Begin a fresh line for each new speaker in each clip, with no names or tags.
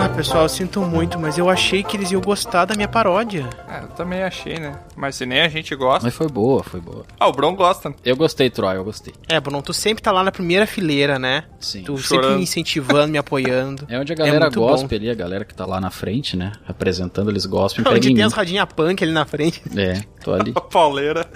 Ah, pessoal, eu sinto muito, mas eu achei que eles iam gostar da minha paródia.
É, eu também achei, né? Mas se nem a gente gosta.
Mas foi boa, foi boa.
Ah, o Bron gosta.
Eu gostei, Troy, eu gostei.
É, Bruno, tu sempre tá lá na primeira fileira, né?
Sim.
Tu sempre
Chorando.
me incentivando, me apoiando.
É onde a galera
muito
gospel ali, a galera que tá lá na frente, né? Apresentando, eles gospel, pega
Onde
em
tem
mim.
as radinhas punk ali na frente.
É, tô ali.
A pauleira.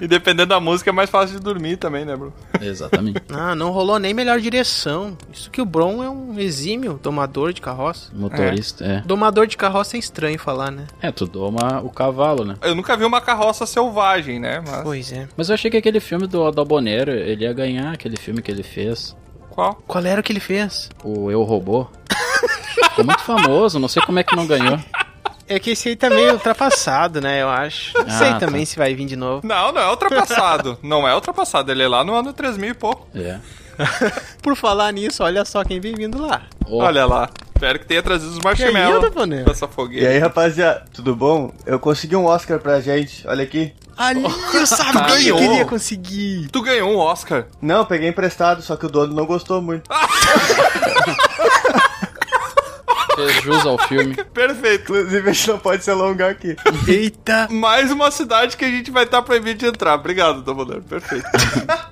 e dependendo da música é mais fácil de dormir também, né, Bruno?
Exatamente.
Ah, não rolou nem melhor direção. Isso que o Bron é um exímio domador de carroça.
Motorista, é.
Domador de carroça é estranho falar, né?
É, tu doma o cavalo, né?
Eu nunca vi uma carroça selvagem, né? Mas
Pois é.
Mas eu achei que aquele filme do Adalbonero, ele ia ganhar aquele filme que ele fez.
qual?
Qual era o que ele fez?
O Eu Robô. Ficou muito famoso, não sei como é que não ganhou.
É que esse aí tá meio ultrapassado, né? Eu acho. Não
Ah,
sei
tá.
também se vai vir de novo.
Não, não é ultrapassado. não é ultrapassado. Ele é lá no ano 3000 e pouco.
É.
Por falar nisso, olha só quem vem vindo lá.
Ô,
Olha lá. Espero que tenha trazido os
Que aí,
marshmallows
Davanel?
pra essa
E
fogueira.
aí, rapaziada, tudo bom? Eu consegui um Oscar pra gente, olha aqui.
Ali, eu sabia que eu
Ganhou.
queria conseguir.
Tu ganhou um Oscar.
Não, eu peguei emprestado, só que o dono não gostou muito.
Ah!
fez jus ao filme.
Perfeito.
Inclusive, a gente não pode se alongar aqui.
Eita.
Mais uma cidade que a gente vai estar proibido de entrar. Obrigado, Dumbledore. Perfeito.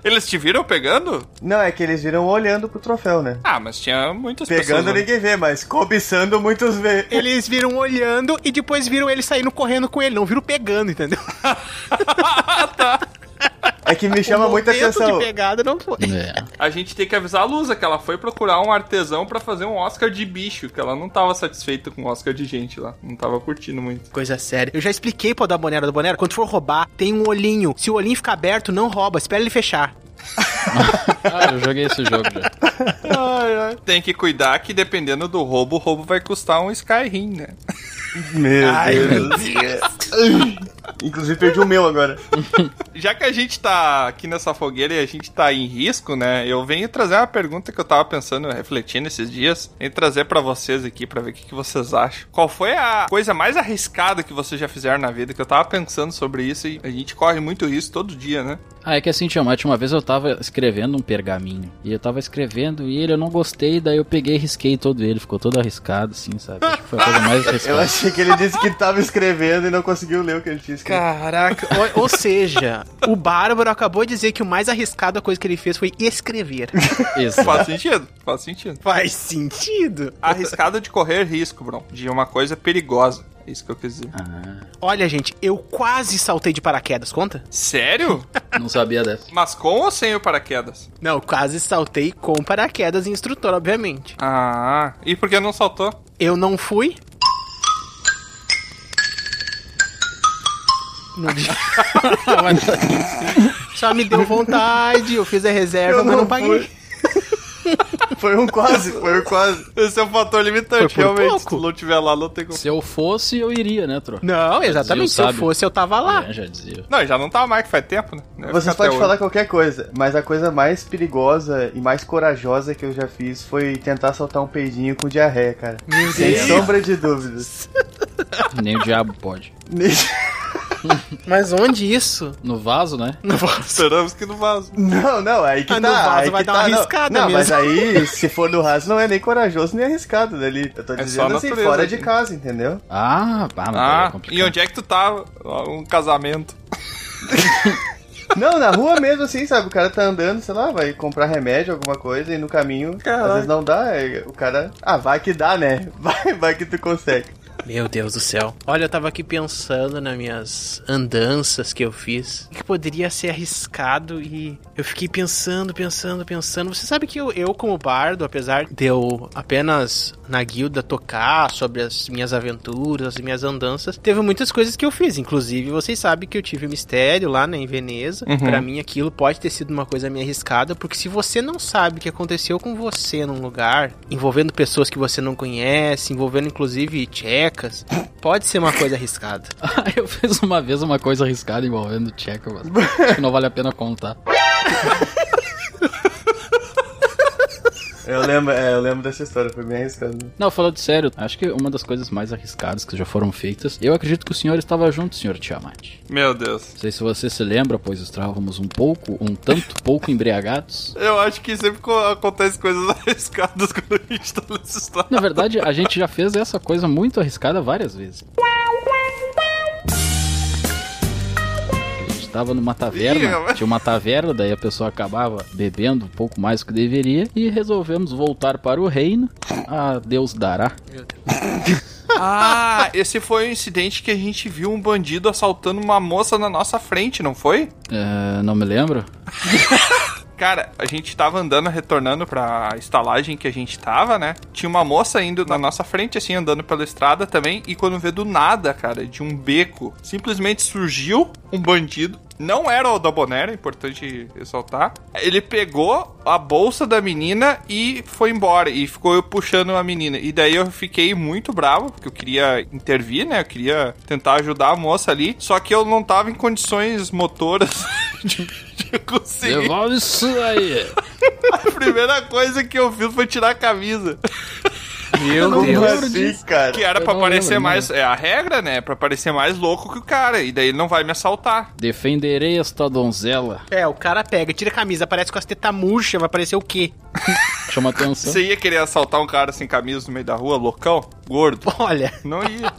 Eles te viram pegando?
Não, é que eles viram olhando pro troféu, né?
Ah, mas tinha muitas pessoas.
Pegando
ali.
ninguém vê, mas cobiçando muitos vê.
Eles viram olhando e depois viram ele saindo correndo com ele. Não viram pegando, entendeu?
É que me chama
O
muita
momento
atenção.
de pegada não foi.
É.
A gente tem que avisar a Lusa que ela foi procurar um artesão pra fazer um Oscar de bicho, que ela não tava satisfeita com o Oscar de gente lá. Não tava curtindo muito.
Coisa séria. Eu já expliquei pra dar bonera do bonera. Quando for roubar, tem um olhinho. Se o olhinho ficar aberto, não rouba. Espera ele fechar.
Ah, eu joguei esse jogo já.
Tem que cuidar que dependendo do roubo, o roubo vai custar um Skyrim, né?
Meu
Ai,
Deus. Inclusive, perdi o meu agora.
Já que a gente tá aqui nessa fogueira e a gente tá em risco, né? Eu venho trazer uma pergunta que eu tava pensando, refletindo esses dias, e trazer pra vocês aqui pra ver o que, que vocês acham. Qual foi a coisa mais arriscada que vocês já fizeram na vida? Que eu tava pensando sobre isso e a gente corre muito risco todo dia, né?
Ah, é que assim, Tiamat, uma vez eu tava escrevendo um pergaminho. E eu tava escrevendo e ele eu não gostei, daí eu peguei e risquei todo ele. Ficou todo arriscado, assim, sabe? Acho que foi a coisa mais
Eu
arriscada.
achei que ele disse que tava escrevendo e não conseguiu ler o que ele tinha escrito.
Caraca. ou, ou seja, o Bárbaro acabou de dizer que o mais arriscado a coisa que ele fez foi escrever.
Isso.
Faz sentido, faz sentido.
Faz sentido.
Arriscado de correr risco, Bruno, de uma coisa perigosa. É isso que eu quis dizer.
Ah,
Olha, gente, eu quase saltei de paraquedas, conta?
Sério?
não sabia dessa.
Mas com ou sem o paraquedas?
Não, quase saltei com paraquedas e instrutor, obviamente.
Ah, e por que não saltou?
Eu não fui. No dia- Só me deu vontade, eu fiz a reserva,
Eu
mas não
não
paguei.
fui. Foi um quase, foi um quase.
Esse é um fator limitante,
Foi por
realmente.
pouco.
Se tu não tiver lá, não tem como.
Se eu fosse, eu iria, né, Tro?
Não, exatamente. Se eu
sábio.
fosse, eu tava lá.
É, já dizia.
Não, já não tá mais, que faz tempo, né? Vai
Vocês
ficar
podem
até
falar
hoje.
qualquer coisa, mas a coisa mais perigosa e mais corajosa que eu já fiz foi tentar soltar um peidinho com diarreia, cara.
Meu
Sem
Deus.
sombra de dúvidas.
Nem o diabo pode.
Mas onde isso?
No vaso, né?
Esperamos que não vaza.
Não, não, aí que
Ah,
tá.
no vaso
aí
vai
que
dar uma
tá, não.
arriscada
Não,
mesmo.
mas aí, se for no raso, não é nem corajoso nem arriscado dali. Eu tô
É só
dizendo
a
assim,
natureza,
fora de
gente.
casa, entendeu?
Ah, pá, mas daí é
Ah,
complicado.
e onde é que tu tava? Um casamento.
Não, na rua mesmo assim, sabe? O cara tá andando, sei lá, vai comprar remédio, alguma coisa, e no caminho, às vezes não dá, aí o cara. Ah, vai que dá, né? Vai, vai que tu consegue.
Meu Deus do céu. Olha, eu tava aqui pensando nas minhas andanças que eu fiz. O que poderia ser arriscado e eu fiquei pensando, pensando, pensando. Você sabe que eu, eu como bardo, apesar de eu apenas na guilda tocar sobre as minhas aventuras, as minhas andanças, teve muitas coisas que eu fiz. Inclusive, vocês sabem que eu tive um mistério lá né, em Veneza.
Uhum.
Pra mim, aquilo pode ter sido uma coisa meio arriscada, porque se você não sabe o que aconteceu com você num lugar, envolvendo pessoas que você não conhece, envolvendo inclusive tchecas, pode ser uma coisa arriscada.
Ah, eu fiz uma vez uma coisa arriscada envolvendo o Tcheco, mas acho que não vale a pena contar.
Eu lembro, é, eu lembro dessa história, foi bem arriscado.
Não, falando sério, acho que uma das coisas mais arriscadas que já foram feitas, eu acredito que o senhor estava junto, senhor Tiamat.
Meu Deus.
Não sei se você se lembra, pois estávamos um pouco, um tanto pouco embriagados.
Eu acho que sempre co- acontece coisas arriscadas quando a gente tá nesse estado.
Na verdade, a gente já fez essa coisa muito arriscada várias vezes. A gente Tava numa
Ih,
taverna,
rapaz.
tinha uma taverna, daí a pessoa acabava bebendo um pouco mais do que deveria e resolvemos voltar para o reino. Ah, Deus dará.
Ah, esse foi o incidente que a gente viu um bandido assaltando uma moça na nossa frente, não foi?
É, não me lembro.
Cara, a gente tava andando, retornando pra estalagem que a gente tava, né? Tinha uma moça indo na nossa frente, assim, andando pela estrada também. E quando vê do nada, cara, de um beco, simplesmente surgiu um bandido. Não era o da Bonera, importante ressaltar. Ele pegou a bolsa da menina e foi embora. E ficou eu puxando a menina. E daí eu fiquei muito bravo, porque eu queria intervir, né? Eu queria tentar ajudar a moça ali. Só que eu não tava em condições motoras de, de conseguir.
Devolve isso aí!
A primeira coisa que eu fiz foi tirar a camisa.
Meu
Como
Deus.
assim, cara?
Que era
Eu
pra
não
parecer
lembro, não
mais. É a regra, né? Pra parecer mais louco que o cara. E daí ele não vai me assaltar.
Defenderei esta donzela.
É, o cara pega, tira a camisa, aparece com as tetas murchas, vai aparecer o quê?
Chama atenção.
Você ia querer assaltar um cara sem camisa no meio da rua, loucão? Gordo?
Olha,
Não ia.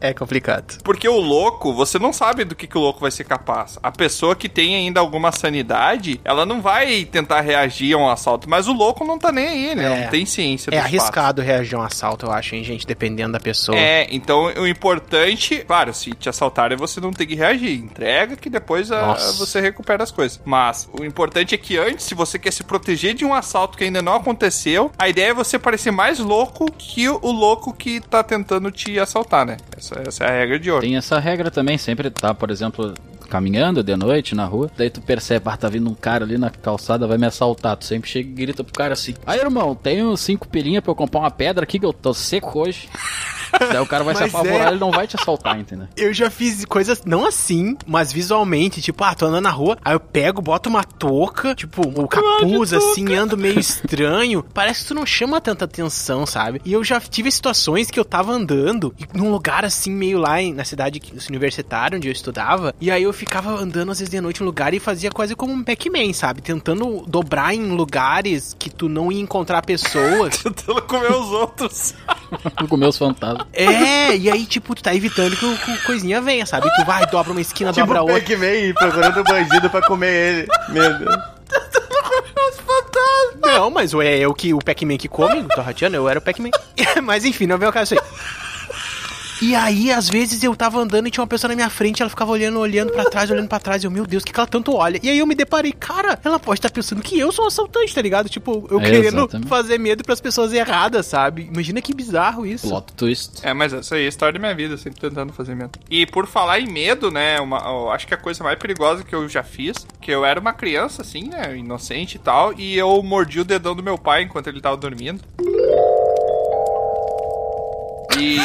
é complicado.
Porque o louco, você não sabe do que, que o louco vai ser capaz. A pessoa que tem ainda alguma sanidade, ela não vai tentar reagir a um assalto. Mas o louco não tá nem aí, né?
É.
Não tem ciência
É
dos fatos.
arriscado reagir a um assalto, eu acho, hein, gente, dependendo da pessoa.
É, então o importante, claro, se te assaltarem você não tem que reagir, entrega que depois a-
Nossa.
você recupera as coisas. Mas o importante é que antes, se você quer se proteger de um assalto que ainda não aconteceu, a ideia é você parecer mais louco que o louco que tá tentando te assaltar, né? Essa, essa é a regra de ouro.
Tem essa regra também, sempre tá, por exemplo, caminhando de noite na rua, daí tu percebe, ah, tá vindo um cara ali na calçada, vai me assaltar. Tu sempre chega e grita pro cara assim: Aí, irmão, tenho cinco pilinhas pra eu comprar uma pedra aqui que eu tô seco hoje. daí o cara vai se
Mas
apavorar,
é.
ele não vai te assaltar, entendeu?
Eu já fiz coisas, não assim, mas visualmente, tipo, ah, tô andando na rua, aí eu pego, boto uma touca, tipo, o capuz, assim, ando meio estranho. Parece que tu não chama tanta atenção, sabe? E eu já tive situações que eu tava andando, e num lugar assim, meio lá em- na cidade que- universitária, onde eu estudava, e aí eu ficava andando às vezes de noite em lugar e fazia quase como um Pac-Man, sabe? Tentando dobrar em lugares que tu não ia encontrar pessoas.
Tentando comer os outros.
Fico com meus fantasmas.
é, e aí, tipo, tu tá evitando que o que o coisinha venha, sabe? Tu vai, dobra uma esquina,
Tipo
dobra
o
outra.
Pac-Man procurando o bandido pra comer ele. Meu Deus.
Não, mas é eu que o Pac-Man que come, tô rateando, eu era o Pac-Man. mas enfim, não vem o caso isso aí. E aí, às vezes, eu tava andando e tinha uma pessoa na minha frente, ela ficava olhando, olhando pra trás, olhando pra trás. Eu, meu Deus, o que, que ela tanto olha? E aí eu me deparei, cara, ela pode estar pensando que eu sou um assaltante, tá ligado? Tipo, eu
É,
querendo
exatamente.
fazer medo pras pessoas erradas, sabe? Imagina que bizarro isso.
Plot twist.
É, mas essa aí é a história da minha vida, sempre tentando fazer medo. E por falar em medo, né, uma, eu acho que a coisa mais perigosa que eu já fiz, que eu era uma criança, assim, né, inocente e tal, e eu mordi o dedão do meu pai enquanto ele tava dormindo. E,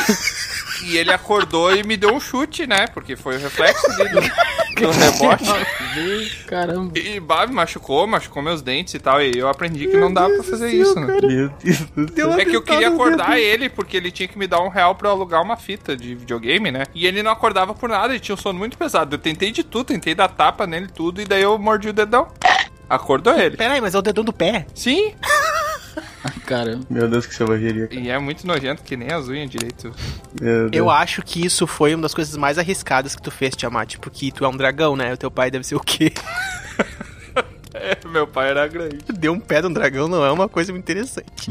e ele acordou e me deu um chute, né, porque foi o reflexo dele né, do, do rebote.
Vê, Caramba.
E, bah, me machucou, machucou meus dentes e tal, e eu aprendi que não dá pra fazer isso, né.
Meu Deus do céu.
É que eu queria acordar ele, porque ele tinha que me dar um real pra eu alugar uma fita de videogame, né? E ele não acordava por nada, ele tinha um sono muito pesado. Eu tentei de tudo, tentei dar tapa nele tudo, e daí eu mordi o dedão. Acordou ele.
Pera aí, mas é o dedão do pé.
Sim.
Caramba.
Meu Deus, que selvageria.
E é muito nojento, que nem as unhas direito.
Meu
É.
Deus.
Eu acho que isso foi uma das coisas mais arriscadas que tu fez, Tiamat, porque tu é um dragão, né? O teu pai deve ser o quê?
É, meu pai era grande.
Deu um pé de um dragão não é uma coisa muito interessante.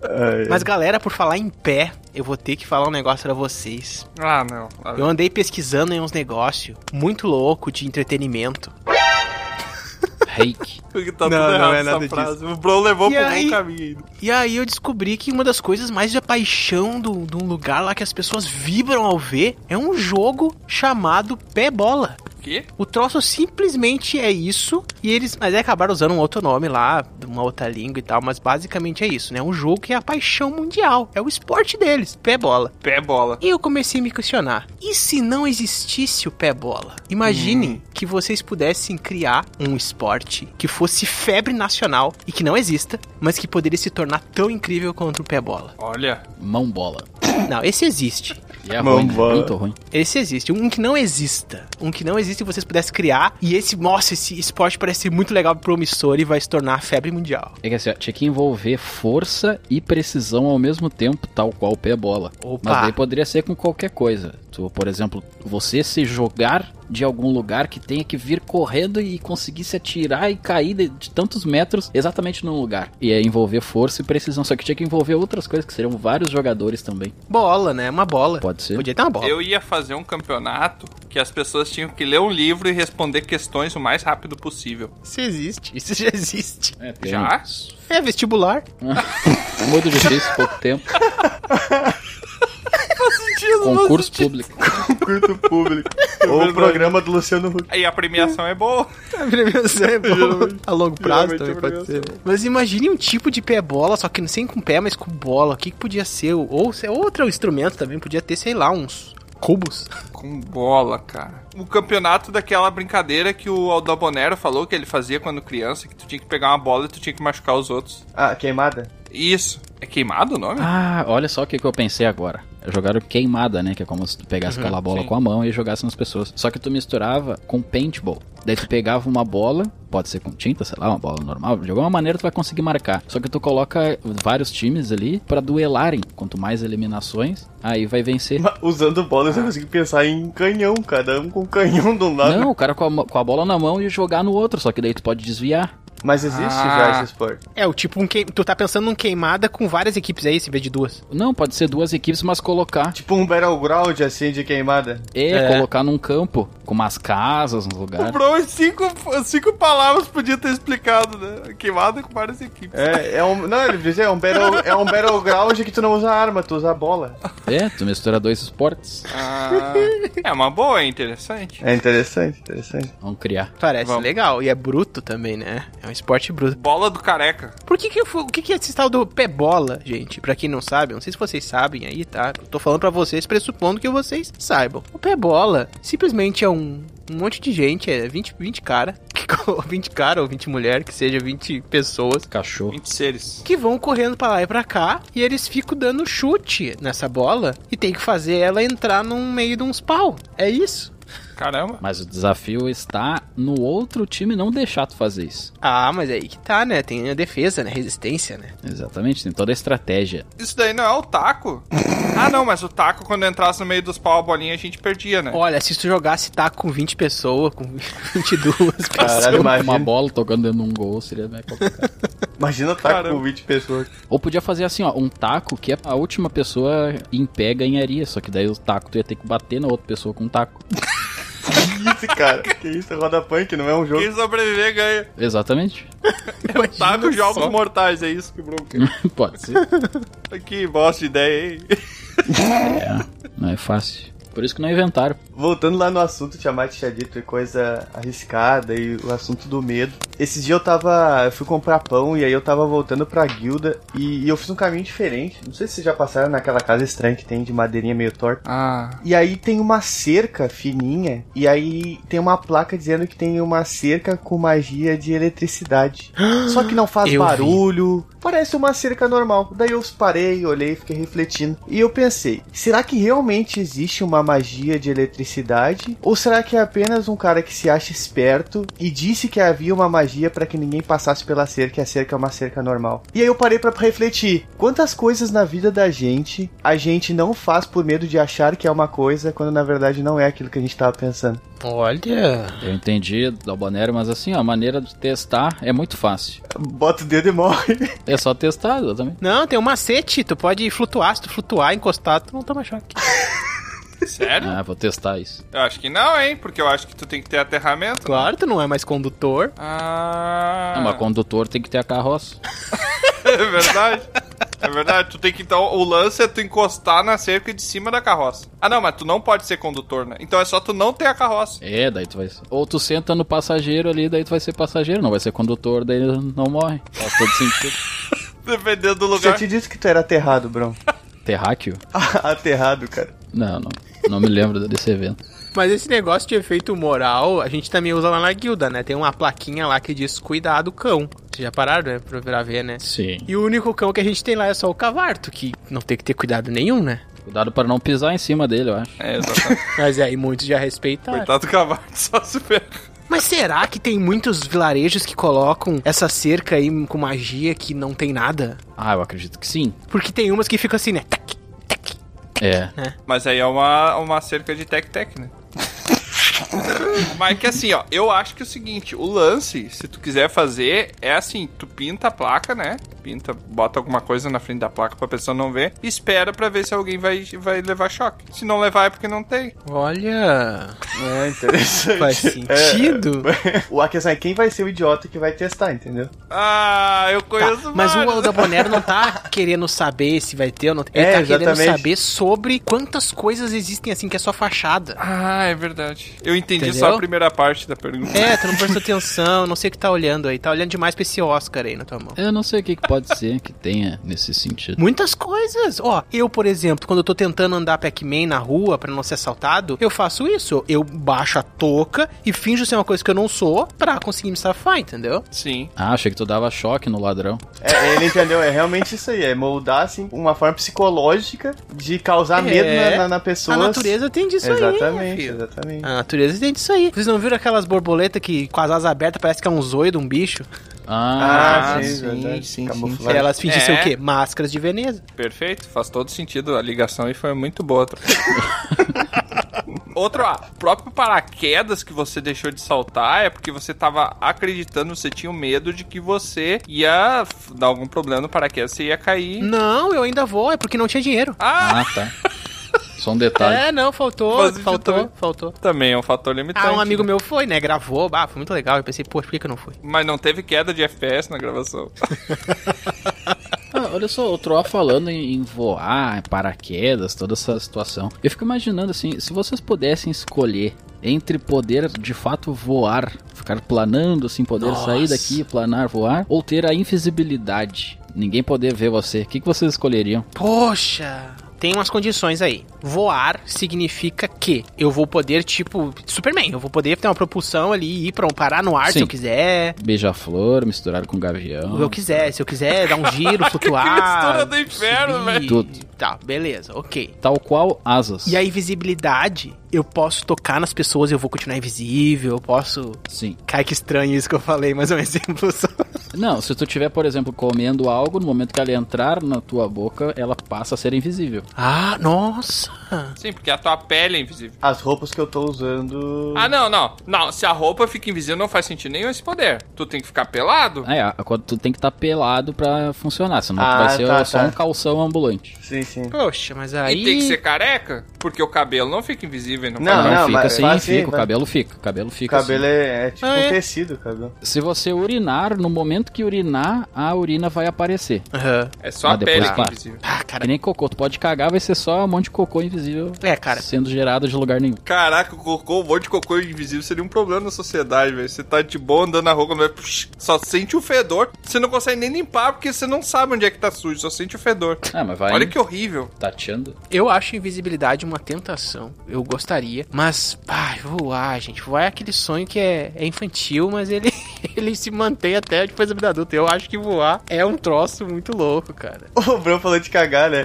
Ai,
Mas galera, por falar em pé, eu vou ter que falar um negócio pra vocês.
Ah, não. Ah,
Eu andei pesquisando em uns negócios muito louco de entretenimento.
Reiki.
Porque tá
Não,
tudo
não
errado
é
essa
nada
frase. O Bro levou
E
é-
pro
aí?
bom caminho ainda.
E aí eu descobri que uma das coisas mais de paixão do- de um lugar lá que as pessoas vibram ao ver é um jogo chamado um pé bola.
quê?
O troço simplesmente é isso. E eles. Mas aí acabaram usando um outro nome lá, uma outra língua e tal. Mas basicamente é isso, né? Um jogo que é a paixão mundial. É o esporte deles. Pé bola.
Pé bola.
E eu comecei a me questionar: e se não existisse o pé bola? Imaginem que vocês pudessem criar um esporte que fosse febre nacional e que não exista, mas que poderia se tornar tão incrível quanto o pé bola.
Olha.
Mão bola.
Não, esse existe.
E é
Mão
ruim, né?
bola.
muito ruim.
Esse existe. Um que não exista. Um que não existe e vocês pudessem criar. E esse, nossa, esse esporte parece ser muito legal, promissor e vai se tornar febre mundial.
É que assim, ó, tinha que envolver força e precisão ao mesmo tempo, tal qual o pé bola.
Opa.
Mas daí poderia ser com qualquer coisa. Tu, por exemplo, você se jogar de algum lugar que tenha que vir correndo e conseguir se atirar e cair de, de tantos metros exatamente num lugar. E é envolver força e precisão. Só que tinha que envolver outras coisas, que seriam vários jogadores também.
Bola, né? Uma bola.
Pode ser.
Podia ter uma bola.
Eu ia fazer um campeonato que as pessoas tinham que ler um livro e responder questões o mais rápido possível.
Isso existe. Isso já existe.
É, tem um
Já?
É vestibular.
Muito difícil, pouco tempo. Concurso público.
Curto público. Ou o programa do Luciano Huck.
E a premiação é boa.
A premiação é boa. A longo prazo
geralmente é
também
a
pode ser.
assim.
Mas imagine um tipo de pé bola, só que não sem com pé, mas com bola. O que, que podia ser? Ou se é outro instrumento também, podia ter, sei lá, uns cubos.
Com bola, cara. O campeonato daquela brincadeira que o Aldabonero falou que ele fazia quando criança, que tu tinha que pegar uma bola e tu tinha que machucar os outros.
Ah, queimada?
Isso. É queimado o nome?
Ah, olha só o que, que eu pensei agora. Jogaram queimada, né? Que é como se tu pegasse aquela bola
sim.
com a mão e jogasse nas pessoas. Só que tu misturava com paintball. Daí tu pegava uma bola, pode ser com tinta, sei lá, uma bola normal, de alguma maneira tu vai conseguir marcar. Só que tu coloca vários times ali pra duelarem. Quanto mais eliminações, aí vai vencer.
Ma- Usando bolas eu consigo pensar em canhão, cada um com um canhão de um lado.
Não, o cara com a, mo- com a bola na mão e jogar no outro, só que daí tu pode desviar.
Mas existe
Ah.
já esse esporte.
É, o tipo um que... Tu tá pensando num queimada com várias equipes é aí, se vê de duas.
Não, pode ser duas equipes, mas colocar.
Tipo um battleground assim de queimada.
É,
É.
colocar num campo, com umas casas, uns
O
lugares.
Bro, em cinco, cinco palavras podia ter explicado, né? Queimado com várias equipes.
É, é um. Não, ele dizia, é um, battle, é um battleground que tu não usa arma, tu usa a bola.
É, tu mistura dois esportes.
Ah, é uma boa, é interessante.
É interessante, interessante.
Vamos criar.
Parece
Vamos.
legal. E é bruto também, né? É um esporte bruto.
Bola do careca.
Por que que eu fui... O que que é esse tal do pé bola, gente? Pra quem não sabe, não sei se vocês sabem aí, tá? Eu Tô falando pra vocês, pressupondo que vocês saibam. O pé bola simplesmente é um... Um monte de gente, é 20, 20 cara, que co- 20 cara ou 20 mulher, que seja 20 pessoas,
Cachorro.
20 seres.
que vão correndo pra lá e pra cá, e eles ficam dando chute nessa bola, e tem que fazer ela entrar no meio de uns pau. É isso.
Caramba.
Mas o desafio está no outro time não deixar tu fazer isso.
Ah, mas aí que tá, né? Tem a defesa, né? Resistência, né?
Exatamente, tem toda a estratégia.
Isso daí não é o taco? Ah, não, mas o taco, quando entrasse no meio dos pau a bolinha, a gente perdia, né?
Olha, se tu jogasse tá com 20 pessoas, com 22
Caralho,
pessoas.
Uma
imagina.
bola tocando dentro de um gol seria meio complicado.
Imagina tá
Caramba.
com 20 pessoas.
Ou podia fazer assim, ó, um taco que a última pessoa em pé ganharia. Só que daí o taco tu ia ter que bater na outra pessoa com um taco.
Que isso, cara? Que isso? Roda punk, não é um jogo.
Quem sobreviver ganha.
Exatamente.
Taco jogos
só.
mortais, é isso que bronca.
Pode ser.
que bosta de ideia, hein?
Não é fácil. Por isso que não inventaram.
Voltando lá no assunto, Tiamat tinha dito, é coisa arriscada e o assunto do medo. Esses dias eu tava. Eu fui comprar pão e aí eu tava voltando pra guilda e, e eu fiz um caminho diferente. Não sei se vocês já passaram naquela casa estranha que tem de madeirinha meio torta.
Ah.
E aí tem uma cerca fininha e aí tem uma placa dizendo que tem uma cerca com magia de eletricidade. Só que não faz
Eu vi.
barulho. Parece uma cerca normal. Daí eu parei, olhei, fiquei refletindo. E eu pensei, será que realmente existe uma magia de eletricidade? Ou será que é apenas um cara que se acha esperto e disse que havia uma magia pra que ninguém passasse pela cerca e a cerca é uma cerca normal? E aí eu parei pra refletir. Quantas coisas na vida da gente a gente não faz por medo de achar que é uma coisa quando na verdade não é aquilo que a gente tava pensando?
Olha.
Eu entendi, Dalbonero, mas assim, ó, a maneira de testar é muito fácil.
Bota o dedo e morre.
É só testar, exatamente.
Não, tem um macete. Tu pode flutuar. Se tu flutuar, encostar, tu não toma choque.
Sério?
Ah, vou testar isso.
Eu acho que não, hein? Porque eu acho que tu tem que ter aterramento.
Claro, tu não é mais condutor.
Ah.
Ah, mas condutor tem que ter a carroça.
É verdade. É verdade, tu tem que então. O lance é tu encostar na cerca de cima da carroça. Ah, não, mas tu não pode ser condutor, né? Então é só tu não ter a carroça.
É, daí tu vai. Ou tu senta no passageiro ali, daí tu vai ser passageiro, não vai ser condutor, daí não morre. Faz todo sentido.
Dependendo do
Você
lugar.
te disse que tu era aterrado, Brão.
Terráqueo?
aterrado, cara.
Não, não. Não me lembro desse evento.
Mas esse negócio de efeito moral, a gente também usa lá na guilda, né? Tem uma plaquinha lá que diz cuidado cão. Vocês já pararam, né? Pra pra ver, né?
Sim.
E o único cão que a gente tem lá é só o cavarto, que não tem que ter cuidado nenhum, né?
Cuidado pra não pisar em cima dele, eu acho.
É, exatamente.
Mas aí muitos já respeitaram.
Coitado do cavalo, só se ferra.
Mas será que tem muitos vilarejos que colocam essa cerca aí com magia que não tem nada?
Ah, eu acredito que sim.
Porque tem umas que ficam assim, né? Tac, tac.
É.
Mas aí é uma, uma cerca de tec-tec, né? Mas é que assim, ó, eu acho que é o seguinte, o lance, se tu quiser fazer, é assim, tu pinta a placa, né? Pinta, bota alguma coisa na frente da placa pra pessoa não ver, e espera pra ver se alguém vai, vai levar choque. Se não levar é porque não tem.
Olha,
É interessante.
faz sentido.
O a questão é quem vai ser o idiota que vai testar, entendeu?
Ah, eu
Tá,
conheço
mas o
vários.
Aldabonero não tá querendo saber se vai ter ou não. Ele
É,
tá querendo
exatamente.
saber sobre quantas coisas existem assim que é só fachada.
Ah, é verdade. Eu entendi
Entendeu?
só a primeira parte da pergunta.
É, tu não prestou atenção, não sei o que tá olhando aí. Tá olhando demais pra esse Oscar aí na tua mão.
Eu não sei o que, que pode ser que tenha nesse sentido.
Muitas coisas. Ó, eu, por exemplo, quando eu tô tentando andar Pac-Man na rua pra não ser assaltado, eu faço isso. Eu baixo a touca e finjo ser uma coisa que eu não sou pra conseguir me safar, entendeu?
Sim.
Ah, achei que tu dava choque no ladrão.
É, ele entendeu, é realmente isso aí, é moldar assim uma forma psicológica de causar medo na, na, na pessoa.
É. A natureza tem disso aí, né,
Exatamente,
filho?
exatamente.
A natureza tem disso aí. Vocês não viram aquelas borboletas que com as asas abertas parece que é um zoido, um bicho?
Ah,
Ah, sim,
verdade,
sim, sim.
E
camuflagem.
elas fingem ser
É.
o quê? Máscaras de Veneza.
Perfeito, faz todo sentido. A ligação aí foi muito boa. Outro, ah, o próprio paraquedas que você deixou de saltar é porque você tava acreditando, você tinha o medo de que você ia f- dar algum problema no paraquedas, você ia cair.
Não, eu ainda vou, é porque não tinha dinheiro.
Ah!
ah tá. Só um detalhe.
É, não, faltou,
Faz isso
faltou,
Tá. também.
faltou.
Também é um fator limitante.
Ah, um amigo meu foi, né? Gravou, ah, foi muito legal. Eu pensei, poxa, por que, que eu não fui?
Mas não teve queda de FPS na gravação.
Ah, olha só, o Troá falando em, em voar, em paraquedas, toda essa situação. Eu fico imaginando assim, se vocês pudessem escolher entre poder de fato voar, ficar planando, assim, poder
Nossa.
sair daqui, planar, voar, ou ter a invisibilidade, ninguém poder ver você, o que, que vocês escolheriam?
Poxa, tem umas condições aí. Voar significa que eu vou poder, tipo, Superman, eu vou poder ter uma propulsão ali e ir pra um, parar no ar se
Sim.
eu quiser.
Beija-flor, misturar com
O que eu
gavião.
quiser, se eu quiser dar um giro, flutuar.
mistura do inferno,
subir.
velho.
Tudo.
Tá, beleza, ok.
Tal qual asas.
E a invisibilidade, eu posso tocar nas pessoas e eu vou continuar invisível, eu posso.
Sim.
Cara, que estranho isso que eu falei, mas é um exemplo só.
Não, se tu tiver, por exemplo, comendo algo, no momento que ela entrar na tua boca, ela passa a ser invisível.
Ah, nossa!
Sim, porque a tua pele é invisível.
As roupas que eu tô usando.
Ah, não, não. Não, se a roupa fica invisível, não faz sentido nenhum esse poder. Tu tem que ficar pelado.
É, a- quando tu tem que estar pelado pra funcionar, senão tu
Ah,
vai ser
tá,
só
tá.
um calção ambulante.
Sim, sim.
Poxa, mas
E tem que ser
aí.
careca, porque o cabelo não fica invisível. Não,
Não,
faz
Não,
não,
fica
mas
sim,
faz
fica,
sim,
o
vai.
cabelo fica, o cabelo
O
fica
cabelo
assim.
é, é tipo
Ah, é?
um tecido, o cabelo.
Se você urinar, no momento que urinar, a urina vai aparecer.
Aham.
É só
Mas
a pele que
depois
é
passa.
invisível.
Ah,
Que
cara.
nem cocô, tu pode cagar, vai ser só um monte de cocô invisível
É, cara.
sendo gerado de lugar nenhum.
Caraca, o cocô, um monte de cocô invisível seria um problema na sociedade, velho. Você tá de boa andando na rua, quando vai, psh, só sente o fedor. Você não consegue nem limpar porque você não sabe onde é que tá sujo, só sente o fedor.
Ah, mas vai
Olha que horrível.
tateando.
Eu acho invisibilidade uma tentação. Eu gostaria. Mas, pá, voar, gente. Voar é aquele sonho que é, é infantil, mas ele, ele se mantém até depois da vida adulta. Eu acho que voar é um troço muito louco, cara.
O Bruno falou de cagar, né?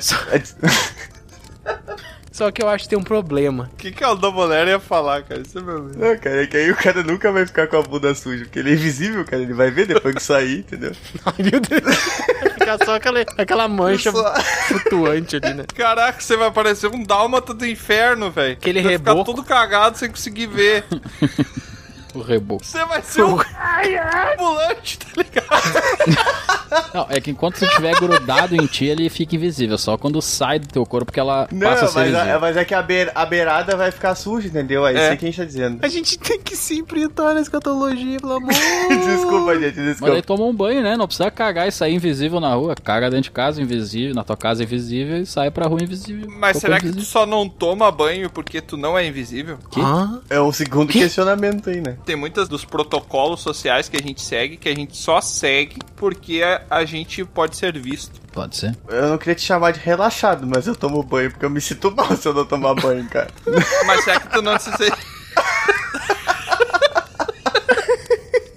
Só que eu acho que tem um problema.
O que, que a Aldobolera ia falar, cara? Isso é meu mesmo.
Não, cara, é que aí o cara nunca vai ficar com a bunda suja, porque ele é invisível, cara, ele vai ver depois que sair, entendeu?
Ai, meu Deus. Vai É Ficar só aquela, aquela mancha
Só-
flutuante ali, né?
Caraca, você vai parecer um dálmata do inferno, velho.
Aquele
Vai
reboco.
ficar todo cagado sem conseguir ver.
O reboco.
Você vai ser um ambulante, tá ligado?
Não, é que enquanto você estiver grudado em ti, ele fica invisível. Só quando sai do teu corpo que ela
Não,
passa a ser
mas,
visível.
a- mas é que a, beir- a beirada vai ficar suja, entendeu?
É.
É, isso que a gente tá dizendo.
A gente tem que sempre entrar na escatologia, pelo amor.
desculpa, gente, desculpa.
Mas aí toma um banho, né? Não precisa cagar e sair invisível na rua. Caga dentro de casa, invisível, na tua casa invisível e sai pra rua invisível.
Mas
Ficou
será que tu
invisível.
só não toma banho porque tu não é invisível?
Que?
Hã?
É o segundo questionamento aí, né?
Tem muitas dos protocolos sociais que a gente segue que a gente só segue porque a, a gente pode ser visto.
Pode ser.
Eu não queria te chamar de relaxado, mas eu tomo banho porque eu me sinto mal se eu não tomar banho, cara.
Mas será que tu não se se-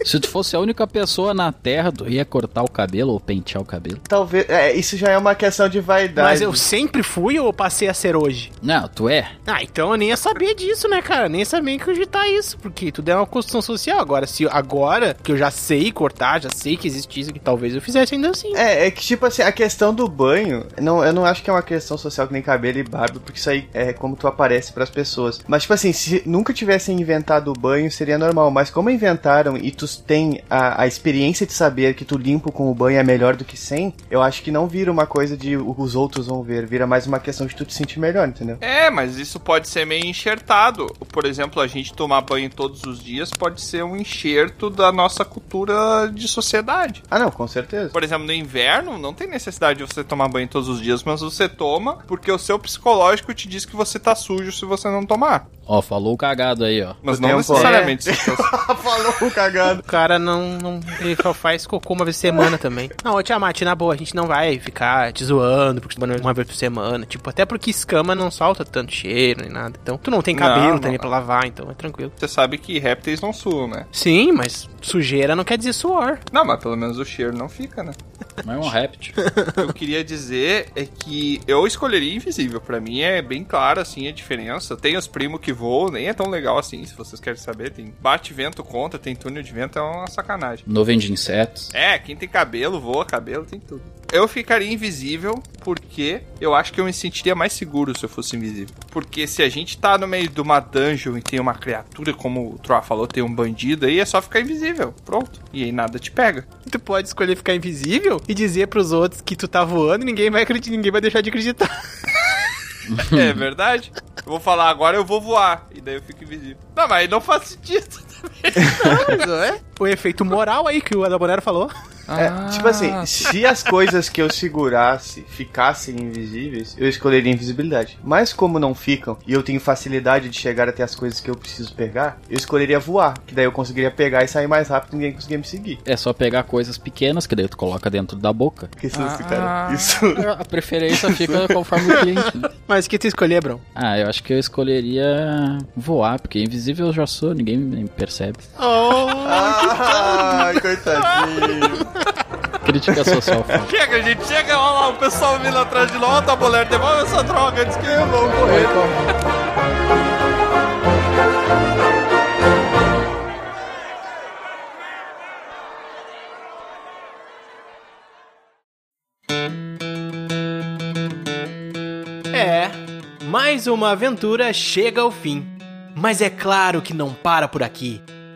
Se tu fosse a única pessoa na Terra, tu ia cortar o cabelo ou pentear o cabelo?
Talvez. É, isso já é uma questão de vaidade.
Mas eu sempre fui ou passei a ser hoje?
Não, tu é.
Ah, então eu nem ia saber disso, né, cara? Nem sabia que cogitar isso, porque tudo é uma construção social. Agora, se agora que eu já sei cortar, já sei que existe isso, que talvez eu fizesse ainda assim.
É, é que tipo assim, a questão do banho, não, eu não acho que é uma questão social que nem cabelo e barba, porque isso aí é como tu aparece pras pessoas. Mas tipo assim, se nunca tivessem inventado o banho, seria normal, mas como inventaram e tu tem a, a experiência de saber que tu limpo com o banho é melhor do que sem, eu acho que não vira uma coisa de o- os outros vão ver, vira mais uma questão de tu te sentir melhor, entendeu?
É, mas isso pode ser meio enxertado. Por exemplo, a gente tomar banho todos os dias pode ser um enxerto da nossa cultura de sociedade.
Ah, não, com certeza.
Por exemplo, no inverno, não tem necessidade de você tomar banho todos os dias, mas você toma porque o seu psicológico te diz que você tá sujo se você não tomar.
Ó, falou o cagado aí, ó.
Mas
O
não
tempo-
necessariamente. se você-
Falou, cagado.
O cara não, não. Ele só faz cocô uma vez por semana também. Não, ô Tiamat, na boa, a gente não vai ficar te zoando porque tu banha uma vez por semana. Tipo, até porque escama não solta tanto cheiro nem nada. Então, tu não tem
Não,
cabelo
não.
também pra lavar, então é tranquilo.
Você sabe que répteis não suam, né?
Sim, mas sujeira não quer dizer suor.
Não, mas pelo menos o cheiro não fica, né?
Mas é um réptil.
O que eu queria dizer é que eu escolheria invisível. Pra mim é bem claro, assim, a diferença. Tem os primos que voam, nem é tão legal assim, se vocês querem saber. Tem bate-vento contra, tem túnel de vento, é uma sacanagem.
Nuvem de insetos.
É, quem tem cabelo, voa, cabelo, tem tudo. Eu ficaria invisível porque eu acho que eu me sentiria mais seguro se eu fosse invisível. Porque se a gente tá no meio de uma dungeon e tem uma criatura, como o Troa falou, tem um bandido aí, é só ficar invisível. Pronto. E aí nada te pega.
Tu pode escolher ficar invisível e dizer pros outros que tu tá voando e ninguém vai acreditar, ninguém vai deixar de acreditar.
É verdade. Eu vou falar agora, eu vou voar. E daí eu fico invisível. Não, mas aí não faz sentido.
não é? O efeito moral aí que o Adabonero falou.
É, tipo assim, se as coisas que eu segurasse ficassem invisíveis, eu escolheria invisibilidade. Mas como não ficam e eu tenho facilidade de chegar até as coisas que eu preciso pegar, eu escolheria voar, que daí eu conseguiria pegar e sair mais rápido e ninguém conseguiria me seguir.
É só pegar coisas pequenas que daí tu coloca dentro da boca.
Que susto, cara. Isso.
A preferência fica conforme o cliente. né?
Mas o que tu escolher, Brão?
Ah, eu acho que eu escolheria voar, porque invisível eu já sou, ninguém me percebe.
Ah, coitadinho.
Crítica social. foda.
Chega, gente, chega, olha lá, o pessoal vindo atrás de nós, tá mulher, devolve essa droga, diz que eu vou morrer.
É, mais uma aventura chega ao fim. Mas é claro que não para por aqui.